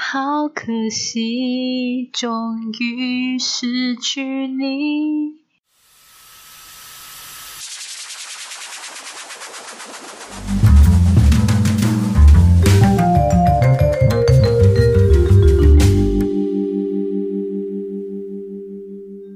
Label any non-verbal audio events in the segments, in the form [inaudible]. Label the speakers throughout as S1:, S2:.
S1: 好可惜，终于失去你。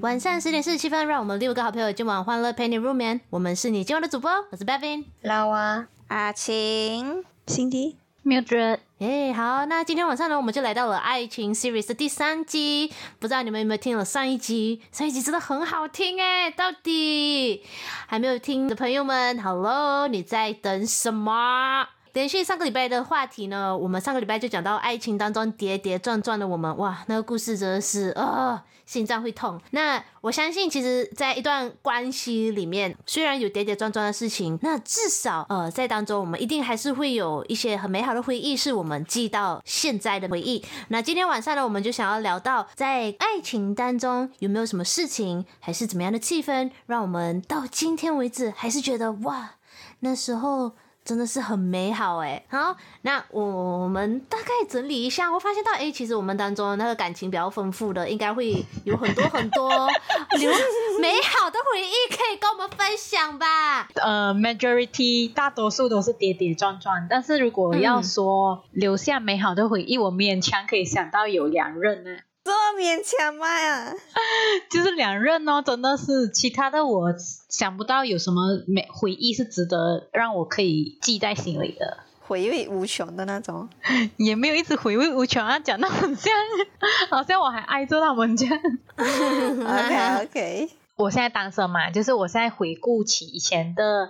S2: 晚上十点四十七分，让我们六个好朋友今晚欢乐陪你入眠。我们是你今晚的主播，我是 Bevin。
S3: 老啊，
S4: 阿晴，
S3: 辛迪，
S1: Mildred，
S2: 哎、好，那今天晚上呢，我们就来到了爱情 series 的第三集。不知道你们有没有听了上一集？上一集真的很好听哎，到底还没有听的朋友们，Hello，你在等什么？连续上个礼拜的话题呢，我们上个礼拜就讲到爱情当中跌跌撞撞的我们，哇，那个故事真的是啊、心脏会痛。那我相信，其实，在一段关系里面，虽然有跌跌撞撞的事情，那至少呃，在当中我们一定还是会有一些很美好的回忆，是我们记到现在的回忆。那今天晚上呢，我们就想要聊到在爱情当中有没有什么事情，还是怎么样的气氛，让我们到今天为止还是觉得哇，那时候真的是很美好哎。好，那我们大概整理一下，我发现到哎，其实我们当中那个感情比较丰富的，应该会有很多很
S1: [laughs]
S2: 多留美好的回忆可以跟我们分享吧。
S1: 呃，majority 大多数都是跌跌撞撞，但是如果要
S2: 嗯
S1: 说留下美好的回忆，我勉强可以想到有两任呢、
S4: 这么勉强吗、啊？
S1: [laughs] 就是两任哦，真的是，其他的我想不到有什么美回忆是值得让我可以记在心里的，
S4: 回味无穷的那种。
S1: [laughs] 也没有一直回味无穷啊，讲到很像， [laughs] 好像我还爱着他们这样。
S4: 嗯 OK OK，
S1: 我现在单身嘛，就是我现在回顾起以前的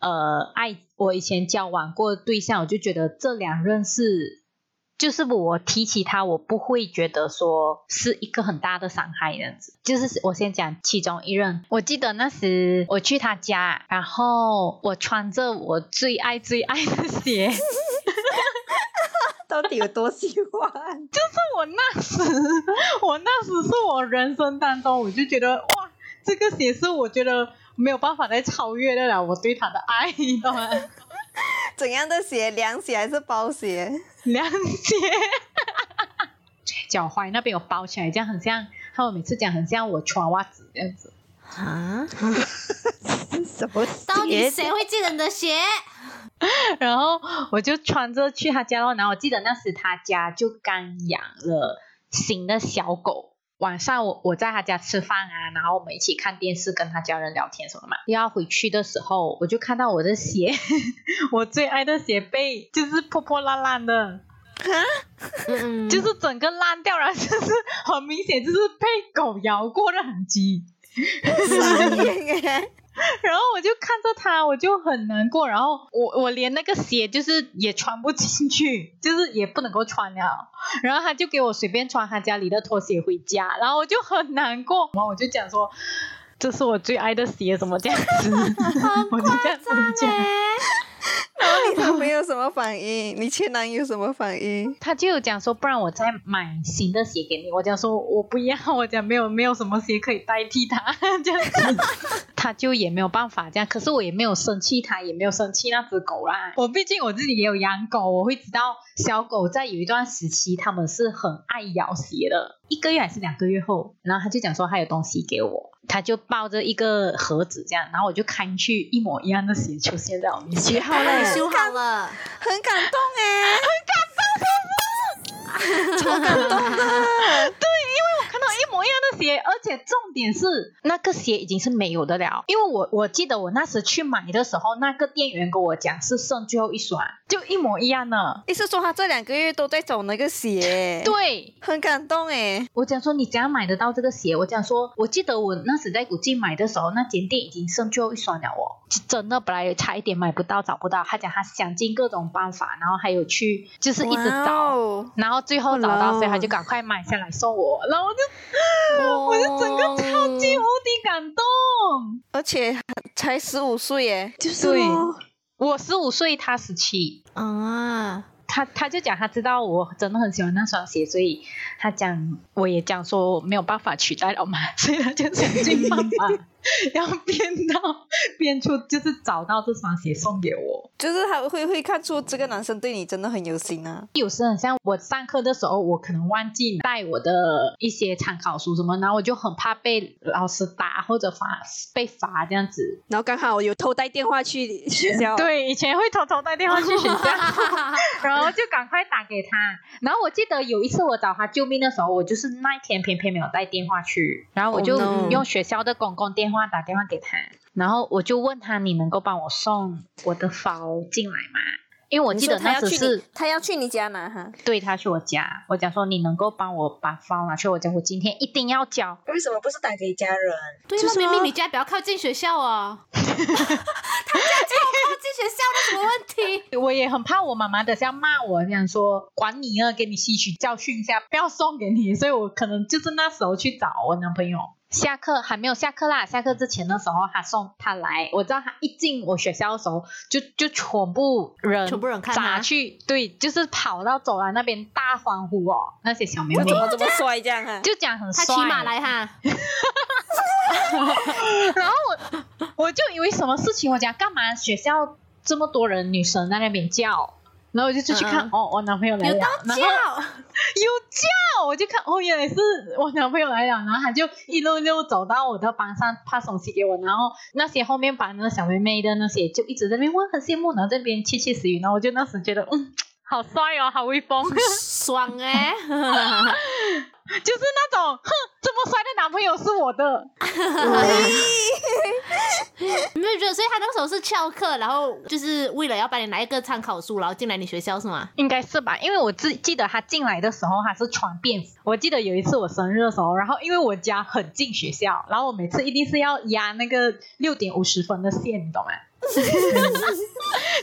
S1: 呃爱，我以前交往过的对象，我就觉得这两任是，就是我提起他，我不会觉得说是一个很大的伤害这样子。就是我先讲其中一任，我记得那时我去他家，然后我穿着我最爱最爱的鞋。
S4: [laughs] 到底有多喜欢？
S1: 我那时，我那时是我人生当中，我就觉得哇，这个鞋是我觉得没有办法再超越得了我对他的爱，你懂吗？
S4: [laughs] 怎样的鞋？凉鞋还是包鞋？
S1: 凉鞋， [laughs] 脚踝那边有包起来，这样很像，他们每次讲很像我呃穿袜子这样子。
S4: [laughs]
S2: 啊，
S4: 什么
S2: 到底
S4: 鞋？
S2: 谁会记得你的鞋？
S1: [laughs] 然后我就穿着去他家咯，然后我记得那时他家就刚养了新的小狗。晚上我我在他家吃饭啊，然后我们一起看电视，跟他家人聊天什么嘛。要回去的时候，我就看到我的鞋， [laughs] 我最爱的鞋被就是破破烂烂的，
S2: 嗯嗯，
S1: 就是整个烂掉，然后就是很明显就是被狗咬过的痕迹。
S4: 傻眼哎！
S1: [laughs] 然后我就看着他，我就很难过。然后我我连那个鞋就是也穿不进去，就是也不能够穿了。然后他就给我随便穿他家里的拖鞋回家，然后我就很难过。然后我就讲说，这是我最爱的鞋，怎么这样子？我就这样子
S2: 嗯
S1: 讲。
S4: [laughs] 然后你都没有什么反应，你前男友什么反应？
S1: 他就有讲说，不然我再买新的鞋给你。我讲说，我不要，我讲没有没有什么鞋可以代替它 [laughs] 这样子，他就也没有办法这样。可是我也没有生气他，也没有生气那只狗啦。我毕竟我自己也有养狗，我会知道小狗在有一段时期他们是很爱咬鞋的。一个月还是两个月后，然后他就讲说他有东西给我，他就抱着一个盒子这样，然后我就看去一模一样的鞋出现在我面前。
S4: 好
S2: 帮你修好了。
S4: 很感动哎！
S1: 看到一模一样的鞋，而且重点是那个鞋已经是没有的了，因为我我记得我那时去买的时候，那个店员跟我讲是剩最后一双，就一模一样啊的。
S4: 意思说他这两个月都在找那个鞋，，
S1: 对
S4: 很感动哎！
S1: 我讲说你怎样买得到这个鞋？我讲说，我记得我那时在古晋买的时候，那间店已经剩最后一双了哦，是真的本来差一点买不到，找不到。他讲他想尽各种办法，然后还有去就是一直
S4: 哇
S1: 找，
S4: 哦
S1: 然后最后找到，
S4: 哇哦
S1: 所以他就赶快买下来送我，然后我就我就 [laughs] 整个超级
S2: 哦
S1: 无敌感动。
S4: 而且才十五岁欸耶，
S1: 就是对，我十五岁，他十七。
S2: 啊，
S1: 他他就讲他知道我真的很喜欢那双鞋，所 [laughs] 以他讲我也讲说我没有办法取代了嘛，所以他就想尽办法。要变到变出，就是找到这双鞋送给我。
S4: 就是他会会看出这个男生对你真的很有心啊。
S1: 有时很像我上课的时候，我可能忘记带我的一些参考书什么，然后我就很怕被老师打或者罚被罚这样子。
S3: 然后刚好有偷带电话去学
S4: 哦
S3: 校，，
S1: 对，以前会偷偷带电话去学
S4: [laughs]
S1: 校，然后就赶快打给他。然后我记得有一次我找他救命的时候，我就是那一天偏偏没有带电话去，然后我就
S3: Oh no
S1: 用学校的公共电话打电话给他，然后我就问他你能够帮我送我的包进来吗？因为我
S4: 你
S1: 记
S4: 说
S1: 得
S4: 他
S1: 那
S4: 要
S1: 时
S4: 去
S1: 是
S4: 你，他要去你家拿哈。
S1: 对他去我家，我讲说你能够帮我把包拿去我家，我今天一定要交。
S5: 为什么不是打给家人？啊
S2: 对
S3: 就
S2: 了，
S1: 啊
S3: 是
S2: 明明
S3: 说
S2: 你家比较靠近学校哦，他家就靠近
S1: [laughs]
S2: 学校，有什么问题？
S1: 我也很怕我妈妈等下骂我，这样说管你啊，给你吸取教训一下，不要送给你。所以我可能就是那时候去找我男朋友。下课还没有下课啦，下课之前的时候他送他来，我知道他一进我学校的时候，就就全部人
S2: 全部人看啊他
S1: 砸去，对，就是跑到走廊那边大欢呼哦，那些小妹
S4: 他
S1: 妹
S4: 怎么这么帅这样哈？
S1: 就讲很
S2: 他
S1: 帅，
S2: 骑马来哈，
S1: 然后我我就以为什么事情，我讲干嘛学校这么多人女生在那边叫，然后我就出去看，
S2: 嗯嗯
S1: 哦，我男朋友来了，
S2: 有到哦
S1: 然后
S2: 叫，
S1: 有叫，我就看哦，原来是我男朋友来了，然后他就一路溜走到我的班上，发手机给我，然后那些后面班的小妹妹的那些就一直在那边哇很羡慕，然后这边窃窃私语，然后我就那时觉得嗯。好帅哦，好威风， [laughs] 就是
S2: 爽哎、
S1: 那种哼，这么帅的男朋友是我的，
S2: [laughs] 你没有觉得？所以他那时候是翘课，然后就是为了要把你拿一个参考书，然后进来你学校是吗？
S1: 应该是吧，因为我自记得他进来的时候还是穿便服。我记得有一次我生日的时候，然后因为我家很近学校，然后我每次一定是要压那个六点五十分的线，你懂吗？嗯 [laughs]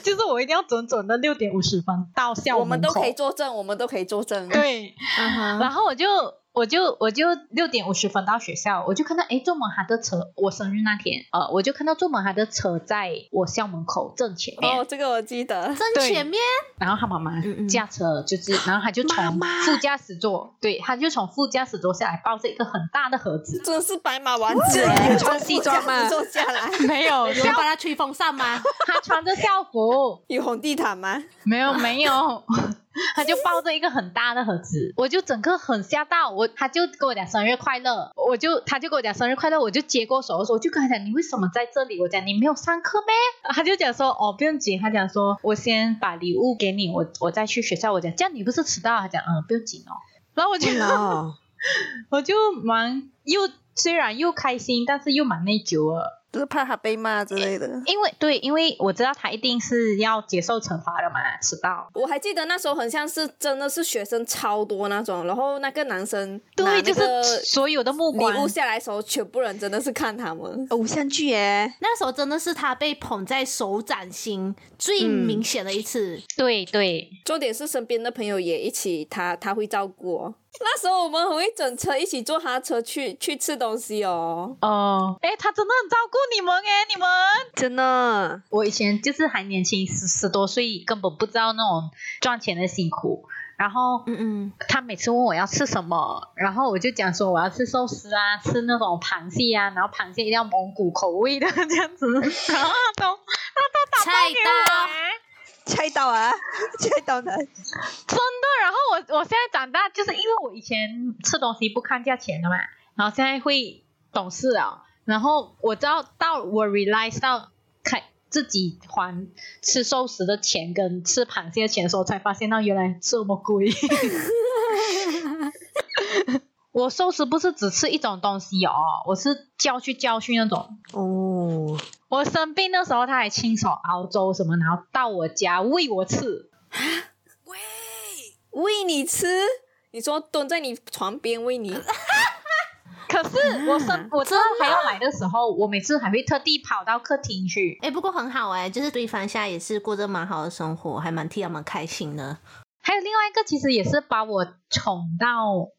S1: 就是我一定要准准的六点五十分到校
S4: 我们都
S1: 门口
S4: 可以作证，我们都可以作证。
S1: 对，
S2: 嗯哼，
S1: 然后我就我就我就六点五十分到学校，我就看到诶，坐满他的车，我生日那天，呃，我就看到坐满他的车在我校门口正前面。
S4: 哦，这个我记得。
S2: 正前面
S1: 然后他妈妈
S2: 嗯嗯
S1: 驾车就是，然后他就从副驾驶座，对，他就从副驾驶座下来，抱着一个很大的盒子，
S4: 真的是白马王子，
S5: 啊
S3: 有穿西装吗
S4: 坐下来
S1: 没有，
S2: 有人帮他吹风扇吗？
S1: 他穿着校服，
S4: 有红地毯吗？
S1: [laughs] 没有没有，他就抱着一个很大的盒子，我就整个很吓到，我他就跟我讲生日快乐，我就他就跟我讲生日快乐，我就接过手的时候，我就跟他讲你为什么在这里？我讲你没有上课咩？他就讲说哦不用紧，他讲说我先把礼物给你，我我再去学校，我讲这样你不是迟到？他讲嗯不用紧哦，然后我就。
S3: 哦，
S1: [laughs] 我就蛮又虽然又开心，但是又蛮内疚了，
S4: 就是怕他被骂之类的。
S1: 因为对，因为我知道他一定是要接受惩罚的嘛，迟到。
S4: 我还记得那时候很像是真的是学生超多那种，然后那个男生拿
S1: 对，就
S4: 那个
S1: 是所有的目光
S4: 礼物下来的时候，全部人真的是看他们。
S3: 偶像剧耶，
S2: 那时候真的是他被捧在手掌心最明显的一次，
S1: 对对，
S4: 重点是身边的朋友也一起，他他会照顾哦。那时候我们很会整车一起坐他车去去吃东西哦。
S1: 哦，哎，他真的很照顾你们哎，你们。
S3: 真的，
S1: 我以前就是还年轻，十十多岁，根本不知道那种赚钱的辛苦。然后
S2: 嗯嗯，
S1: 他每次问我要吃什么，然后我就讲说我要吃寿司啊，吃那种螃蟹啊，然后螃蟹一定要蒙古口味的这样子， [laughs] 然后他都
S2: 菜刀。
S3: 猜到啊， [laughs] 猜到的，
S1: 真的。然后我我现在长大，就是因为我以前吃东西不看价钱的嘛，然后现在会懂事了，然后我知道到我 realize 到开自己还吃寿司的钱跟吃螃蟹的钱的时候，才发现到原来这么
S3: [laughs]
S1: 贵。我寿司不是只吃一种东西哦，我是教去教训那种。
S3: 哦，
S1: 我生病的时候，他还亲手熬粥什么，然后到我家喂我吃。
S4: 喂你吃，你说蹲在你床边喂你，
S1: 可是我生我知道还要来的时候，我每次还会特地跑到客厅去。
S2: 哎、不过很好哎、就是对方现在也是过着蛮好的生活，还蛮替他们开心的。
S1: 还有另外一个，其实也是把我宠到，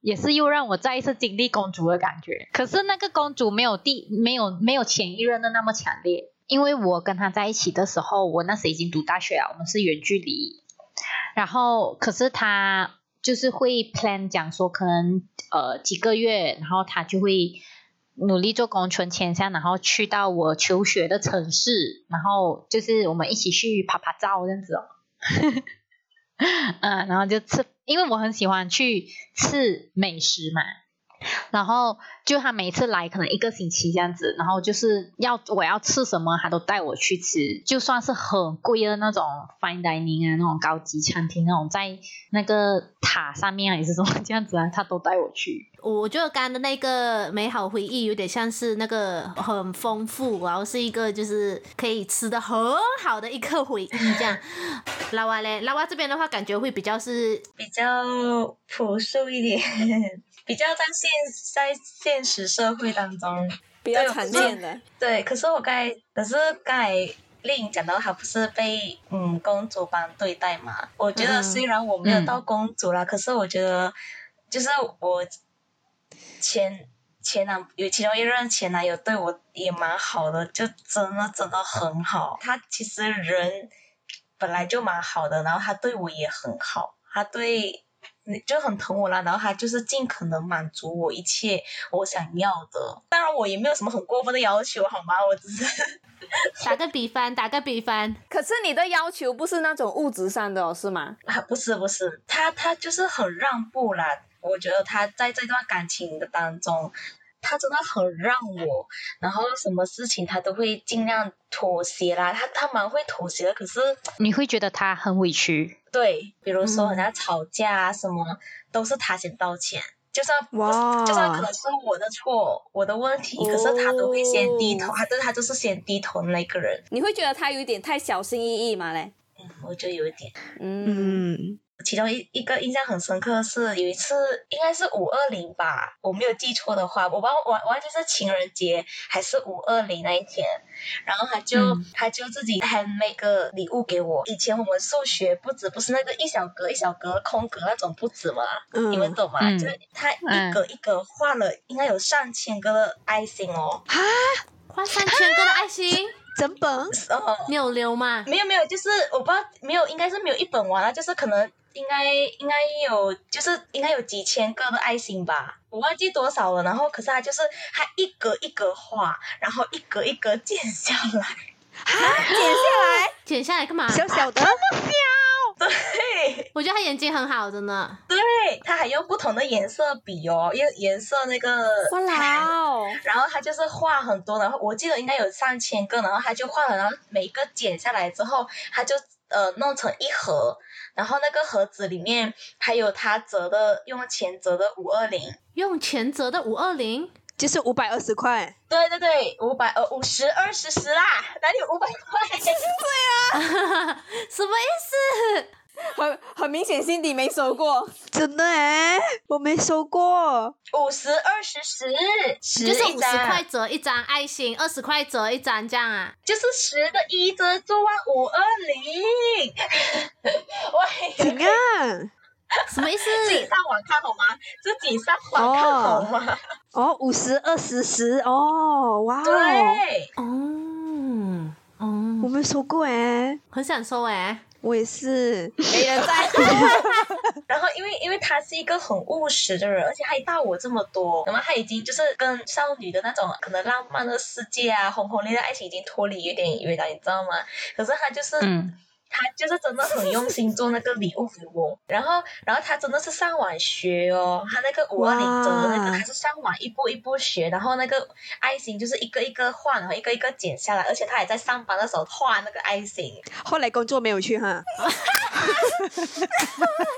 S1: 也是又让我再一次经历公主的感觉。可是那个公主没有第没有没有前一任的那么强烈，因为我跟她在一起的时候，我那时已经读大学了，我们是远距离。然后，可是她就是会 plan 讲说，可能呃几个月，然后她就会努力做工存钱一下，然后去到我求学的城市，然后就是我们一起去拍拍照这样子哦。 [laughs] 嗯，然后就吃，因为我很喜欢去吃美食嘛。然后就他每次来可能一个星期这样子，然后就是要我要吃什么，他都带我去吃，就算是很贵的那种 fine dining 啊，那种高级餐厅那种，在那个塔上面啊，也是什么这样子啊，他都带我去。
S2: 我觉得刚刚的那个美好回忆有点像是那个很丰富，然后是一个就是可以吃的很好的一个回忆这样。 [laughs] 拉娃嘞，拉娃这边的话感觉会比较是
S5: 比较朴素一点， [laughs] 比较在现在现实社会当中，
S4: 比较常见
S3: 哎
S4: 的。
S5: 对。可是我刚才，可是刚才丽颖讲到她不是被嗯公主般对待嘛？我觉得
S2: 嗯
S5: 虽然我没有
S1: 嗯
S5: 到公主啦，可是我觉得就是我前前男有其中一任前男友对我也蛮好的，就真的真的很好。他其实人本来就蛮好的，然后他对我也很好，他对就很疼我啦。然后他就是尽可能满足我一切我想要的。当然我也没有什么很过分的要求，好吗？我只是
S2: 打个比方，打个比方，
S4: 可是你的要求不是那种物质上的哦，是吗？
S5: 啊，不是不是，他他就是很让步啦。我觉得他在这段感情的当中，他真的很让我，然后什么事情他都会尽量妥协啦。他他蛮会妥协的，可是
S1: 你会觉得他很委屈，
S5: 对，比如说
S2: 嗯
S5: 好像吵架啊什么，都是他先道歉，就算不是
S3: 哇
S5: 就算可能是我的错，我的问题，可是他都会先低头，他对他就是先低头的那个人，
S4: 你会觉得他有一点太小心翼翼嘛嘞？
S5: 我就有一点。
S4: 嗯，
S3: 嗯，
S5: 其中一一个印象很深刻的是有一次，应该是五二零吧，我没有记错的话，我忘我我忘记是情人节还是五二零那一天，然后他就、
S1: 嗯
S5: 他就自己 hand 那个礼物给我。以前我们数学不止不是那个一小格一小格空格那种不止嘛，
S3: 嗯
S5: 你们懂吗？
S1: 嗯
S5: 就是他一格一格画了，应该有上千个的爱心哦。 [laughs]
S2: 花三千个的爱心，
S3: 整本
S5: 哦，
S2: 你有留吗？
S5: [laughs] 没有没有，就是我不知道没有，应该是没有一本完了，就是可能应该应该有，就是应该有几千个的爱心吧，我忘记多少了。然后可是他就是他一格一格画，然后一格一格剪下来，
S2: 剪下来干嘛？
S3: 小小的，
S5: 对
S2: 我觉得他眼睛很好，真的。
S5: 对，他还用不同的颜色笔哦，用颜色那个
S4: 哇啦哦，
S5: 然后他就是画很多，然后我记得应该有上千个，然后他就画了，然后每个剪下来之后，他就呃弄成一盒，然后那个盒子里面还有他折的用钱折的五二零，
S2: 用钱折的五二零，[laughs]
S3: [laughs] 就是五百二十块，
S5: 对对对，五百呃五十二十十啦，哪里有五百块？
S2: 什么意思？
S4: 很很明显，辛迪没收过，
S3: 真的诶，我没收过，
S5: 五十二十十，十
S2: 就是
S5: 一
S2: 五十块
S5: 张，
S2: 折一张爱心，二十块折一张这样啊？
S5: 就是十的一折做万五二零，喂，
S6: [laughs]
S3: 怎样？
S2: 什么意思？
S5: 自己上网看好吗？自己上网看好吗？
S3: 哦，五十二十十哦，哇哦，
S5: 对。
S2: 哦，
S3: 我
S2: 哦，
S3: 没收过诶，
S2: 很想收哎、
S3: 我也是，
S4: 没人在。
S5: 然后因为因为他是一个很务实的人，而且他也大我这么多，那么他已经就是跟少女的那种可能浪漫的世界啊、轰轰烈烈的爱情已经脱离有点远了，你知道吗？可是他就是。
S1: 嗯，
S5: 他就是真的很用心做那个礼物给我，然后，然后他真的是上网学哦，他那个五二零折的那个，
S3: 哇
S5: 他是上网一步一步学，然后那个爱心就是一个一个画，然后一个一个剪下来，而且他也在上班的时候画那个爱心，
S3: [laughs] 后来工作没有去哈，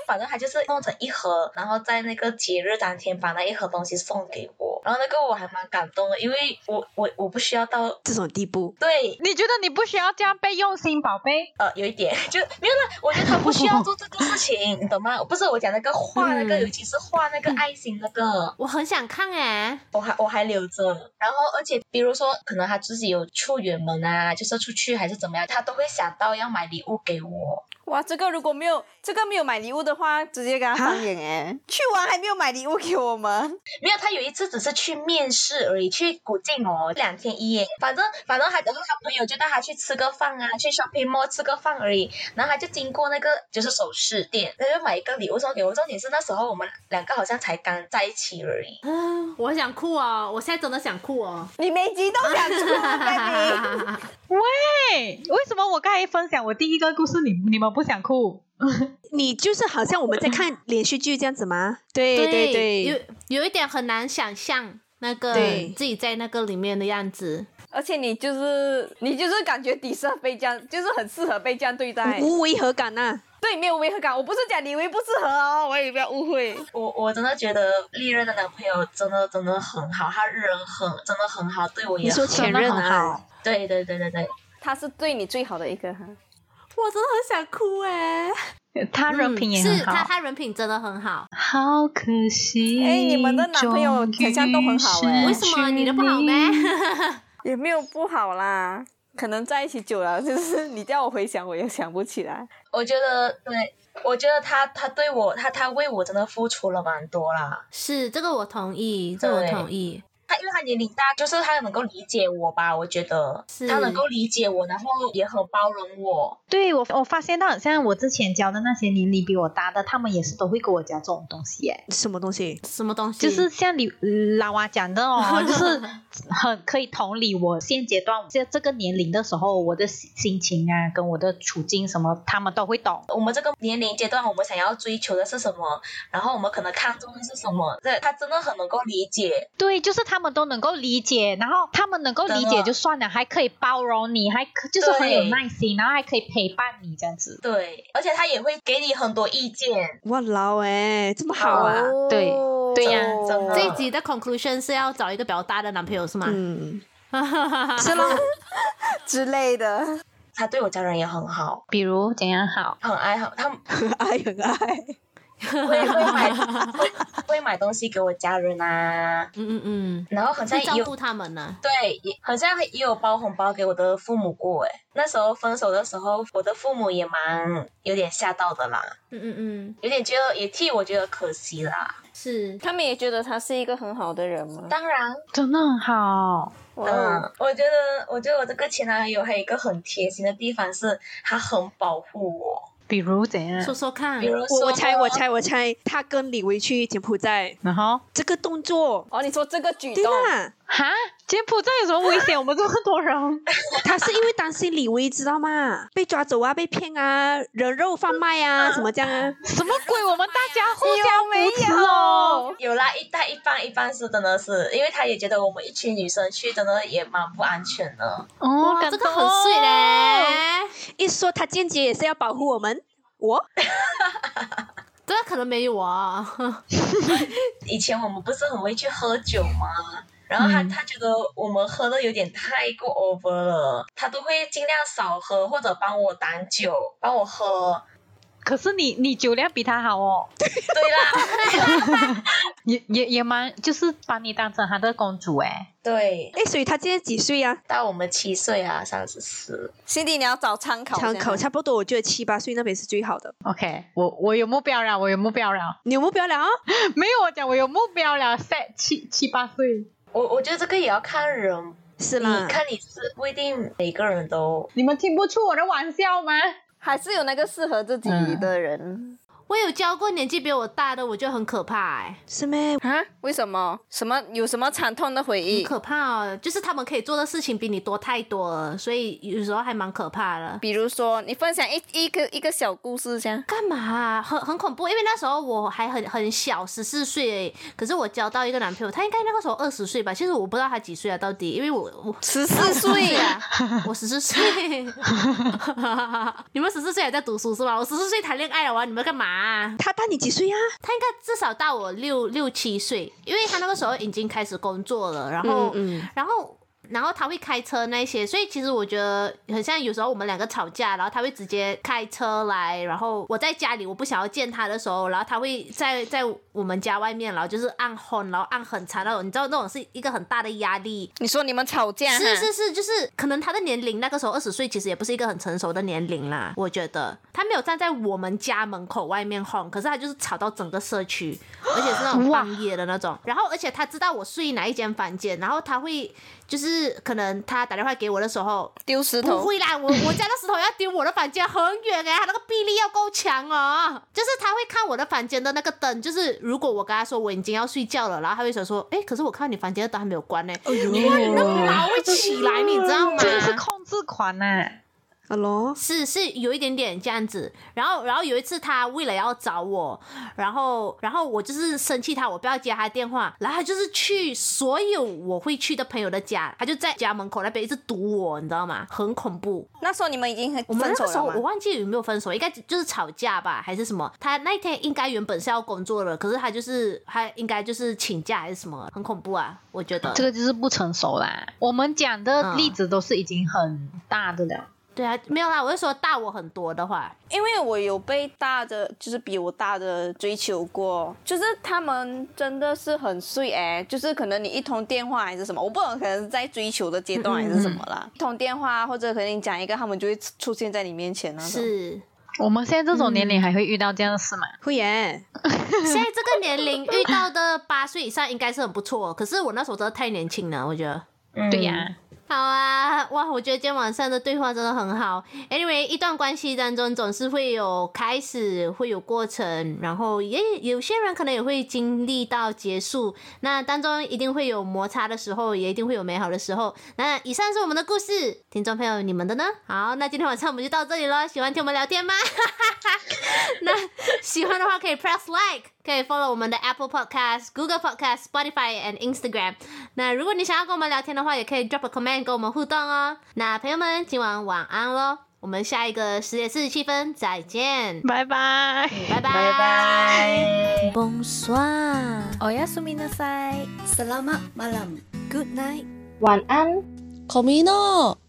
S5: 反正他就是弄成一盒，然后在那个节日当天把那一盒东西送给我，然后那个我还蛮感动的，因为我我我不需要到
S3: 这种地步，
S5: 对
S1: 你觉得你不需要这样被用心，宝贝？
S5: 呃有一点 [laughs] 就没有了，我觉得他不需要做这个事情，你懂吗？不是我讲那个画那个，
S2: 嗯
S5: 尤其是画那个爱心那个，
S2: 我很想看哎、
S5: 我还我还留着。然后而且比如说可能他自己有出远门啊，就是出去还是怎么样，他都会想到要买礼物给我。
S6: 哇，这个如果没有这个没有买礼物的话，直接给他翻脸哎！去玩还没有买礼物给我们，
S5: 没有，他有一次只是去面试而已，去古晋哦，两天一夜。反正反正他，然后他朋友就带他去吃个饭啊，去 shopping mall 吃个饭而已。然后他就经过那个就是首饰店，他就买一个礼物送给我。重点是那时候我们两个好像才刚在一起而已。
S2: 我想哭哦，我现在真的想哭哦。
S6: 你每集都想出 baby。
S2: [laughs]
S1: 喂，为什么我刚才分享我第一个故事，你你们不想哭？
S3: 你就是好像我们在看连续剧这样子吗？ [laughs] 对
S2: 对
S3: 对，
S2: 有有一点很难想象那个
S3: 对
S2: 自己在那个里面的样子。
S6: 而且你就是你就是感觉底色被这样，就是很适合被这样对待，
S3: 无无违和感啊呐、
S6: 对，没有违和感。我不是讲李维不适合哦，我也不要误会。
S5: 我我真的觉得历任的男朋友真的真的很好，他人很真的很好，对我也
S3: 你说
S5: 很
S3: 前任
S1: 真的
S3: 啊
S1: 很？
S5: 对对对对对，
S6: 他是对你最好的一个哈。
S2: 我真的很想哭哎、
S1: 他人品也
S2: 嗯是
S1: 很
S2: 他
S1: 好，
S2: 他人品真的很好，
S1: 好可惜。
S6: 哎你们的男朋友
S1: 终于
S6: 好像都很好哎
S2: 为什么你的不好呗？
S1: 失去你
S6: 也没有不好啦，可能在一起久了，就是你叫我回想，我也想不起来。
S5: 我觉得对，我觉得他他对我他他为我真的付出了蛮多啦。
S2: [laughs] 是这个我同意，这个我同意。
S5: 他因为他年龄大，就是他能够理解我吧，我觉得
S2: 是
S5: 他能够理解我，然后也很包容我。
S1: 对我，我发现到好像我之前教的那些年龄比我大的，他们也是都会跟我讲这种东西，哎，
S3: 什么东西？
S2: 什么东西？
S1: 就是像你呃老娃讲的哦，
S2: [laughs]
S1: 就是很可以同理我现阶段在这个年龄的时候，我的心心情啊，跟我的处境什么，他们都会懂。
S5: 我们这个年龄阶段，我们想要追求的是什么，然后我们可能看重的是什么，这他真的很能够理解。
S1: 对，就是他们都能够理解，然后他们能够理
S5: 真
S1: 解
S5: 的
S1: 就算了，还可以包容你，还可就是很有耐心，然后还可以陪伴你这样子。
S5: 对，而且他也会给你很多意见。
S3: 哇老哎、这么好啊！
S1: 对
S2: 哦
S1: 对呀
S5: 真的
S2: 这一集的 conclusion 是要找一个比较大的男朋友是吗？
S3: 嗯，是咯，
S6: 之类的。
S5: 他对我家人也很好，
S1: 比如怎样好？
S5: 很爱很，他
S3: 很爱很爱。
S5: 会会买会会买东西给我家人啊，
S2: 嗯嗯嗯，
S5: 然后好像
S2: 会照
S5: 有
S2: 顾他们呢、
S5: 对，也好像也有包红包给我的父母过诶。那时候分手的时候，我的父母也蛮有点吓到的啦，
S2: 嗯嗯嗯，
S5: 有点觉得也替我觉得可惜啦。
S2: 是
S6: 他们也觉得他是一个很好的人吗？
S5: 当然，
S1: 真的很好，
S6: 哇哦，
S5: 嗯，我觉得我觉得我这个前男友还有一个很贴心的地方是，他很保护我，
S1: 比如怎样
S2: 说？说看
S5: 比，如说
S3: 嗯我我猜我猜我猜，他跟李维去柬埔寨
S1: 然后
S3: 这个动作，
S6: 哦，你说这个举
S3: 对
S6: 动，
S3: 啦，
S1: 哈，柬埔寨有什么危险？我们这么多
S2: [laughs]
S1: 人，
S3: 他是因为担心李维知道吗？被抓走啊，被骗啊，人肉贩卖啊，什么这样啊？
S1: 什么鬼？我们大家互
S6: 有没
S1: 相扶持哦。
S6: 有？
S5: 有啦，一但一般一般是真的是，因为他也觉得我们一群女生去真的也蛮不安全的。
S1: 哦，
S2: 哇，
S1: 感
S2: 这
S1: 动
S2: 个很碎嘞。
S3: 哦一说他间接也是要保护我们，我
S2: 这个可能没有啊，
S5: 以前我们不是很会去喝酒吗？然后他、
S1: 嗯
S5: 他觉得我们喝的有点太过 over 了，他都会尽量少喝，或者帮我挡酒，帮我喝。
S1: [laughs] 可是你你酒量比他好哦，
S5: 对啦，
S1: 也也也蛮，就是把你当成他的公主哎。
S5: 对，
S3: 哎，所以他现在几岁啊？
S5: 到我们七岁啊，三十四，
S6: 辛迪，你要找参考，啊
S4: 啊
S3: 参考。差不多，我觉得七八岁那边是最好的。
S1: OK，我我有目标了，我有目标了。
S3: 你有目标了哦？
S1: 没有，我讲我有目标了，set 七七八岁。
S5: 我我觉得这个也要看人，
S3: 是
S5: 你
S3: 啦，
S5: 看你是不一定每个人都
S1: 你们听不出我的玩笑吗？
S6: 还是有那个适合自己的人
S2: 我有教过年纪比我大的，我觉得很可怕哎、
S3: 是咩？
S6: 啊？为什么？什么有什么惨痛的回忆
S2: 很？可怕哦，就是他们可以做的事情比你多太多了，所以有时候还蛮可怕的。
S6: 比如说，你分享一一个一个小故事先。
S2: 干嘛啊、很很恐怖，因为那时候我还很很小，十四岁而已。可是我交到一个男朋友，他应该那个时候二十岁吧？其实我不知道他几岁啊，到底，因为我我
S6: 十四岁
S2: 啊，我十四岁。 [laughs] 你们十四岁还在读书是吧？我十四岁谈恋爱了哇，你们干嘛啊、
S3: 他大你几岁呀、
S2: 他应该至少
S6: 哦
S2: 大我六六七岁，因为他那个时候已经开始工作了，然后、
S3: 嗯嗯
S2: 然后。然后他会开车那些，所以其实我觉得很像有时候我们两个吵架，然后他会直接开车来，然后我在家里我不想要见他的时候，然后他会在在我们家外面，然后就是按轰，然后按很长那种，你知道那种是一个很大的压力，
S4: 你说你们吵架
S2: 是
S4: [laughs] 哈
S2: 是是，就是可能他的年龄那个时候二十岁，其实也不是一个很成熟的年龄啦。我觉得他没有站在我们家门口外面晃，可是他就是吵到整个社区，而且是那种半夜的那种。然后而且他知道我睡哪一间房间，然后他会就是可能他打电话给我的时候，
S4: 丢石
S2: 不
S4: 头，
S2: 会啦，我我家的石头要丢我的房间很远哎、他那个臂力要够强哦。就是他会看我的房间的那个灯，就是如果我跟他说我已经要睡觉了，然后他会想说，哎、可是我看到你房间的灯还没有关呢、哇，你那个毛会起来，你知道吗？
S1: 真的是控制狂啊呐、
S3: 哈
S2: [laughs]
S3: 喽，
S2: 是是有一点点这样子，然后然后有一次他为了要找我，然后然后我就是生气他，我不要接他电话，然后他就是去所有我会去的朋友的家，他就在家门口那边一直堵我，你知道吗？很恐怖。
S6: 那时候你们已经很
S2: 我们
S6: 分
S2: 那
S6: 手
S2: 个时
S6: 了
S2: 候我
S6: 吗？
S2: 忘记有没有分手，应该就是吵架吧，还是什么？他那一天应该原本是要工作了，可是他就是他应该就是请假还是什么，很恐怖啊，我觉得。
S1: 这个就是不成熟啦。我们讲的
S2: 嗯
S1: 例子都是已经很大的了，
S2: 对啊，没有啦，我是说大我很多的话，
S6: 因为我有被大的，就是比我大的追求过，就是他们真的是很碎哎、就是可能你一通电话还是什么，我不懂，可能是在追求的阶段还是什么啦，一通电话或者可能你讲一个，他们就会出现在你面前那啊种。
S2: 是
S1: 我们现在这种年龄还会遇到这样的事吗？
S3: 会耶，
S2: 现在这个年龄遇到的八岁以上应该是很不错，哦可是我那时候真的太年轻了，我觉得。
S5: 嗯
S1: 对呀、
S2: 好啊，哇！我觉得今天晚上的对话真的很好。Anyway，一段关系当中总是会有开始，会有过程，然后也有些人可能也会经历到结束。那当中一定会有摩擦的时候，也一定会有美好的时候。那以上是我们的故事，听众朋友，你们的呢？好，那今天晚上我们就到这里了。喜欢听我们聊天吗？那喜欢的话可以 press like，可以 follow 我们的 Apple Podcast、Google Podcast、Spotify and Instagram。那如果你想要跟我们聊天的话，也可以 drop a comment 跟我们互动哦。那朋友们，今晚晚安喽，我们下一个十点四十七分再见，
S1: 拜拜。
S2: 拜拜
S5: 拜拜。
S2: ，Bonsoir。
S7: 晚安，Comino。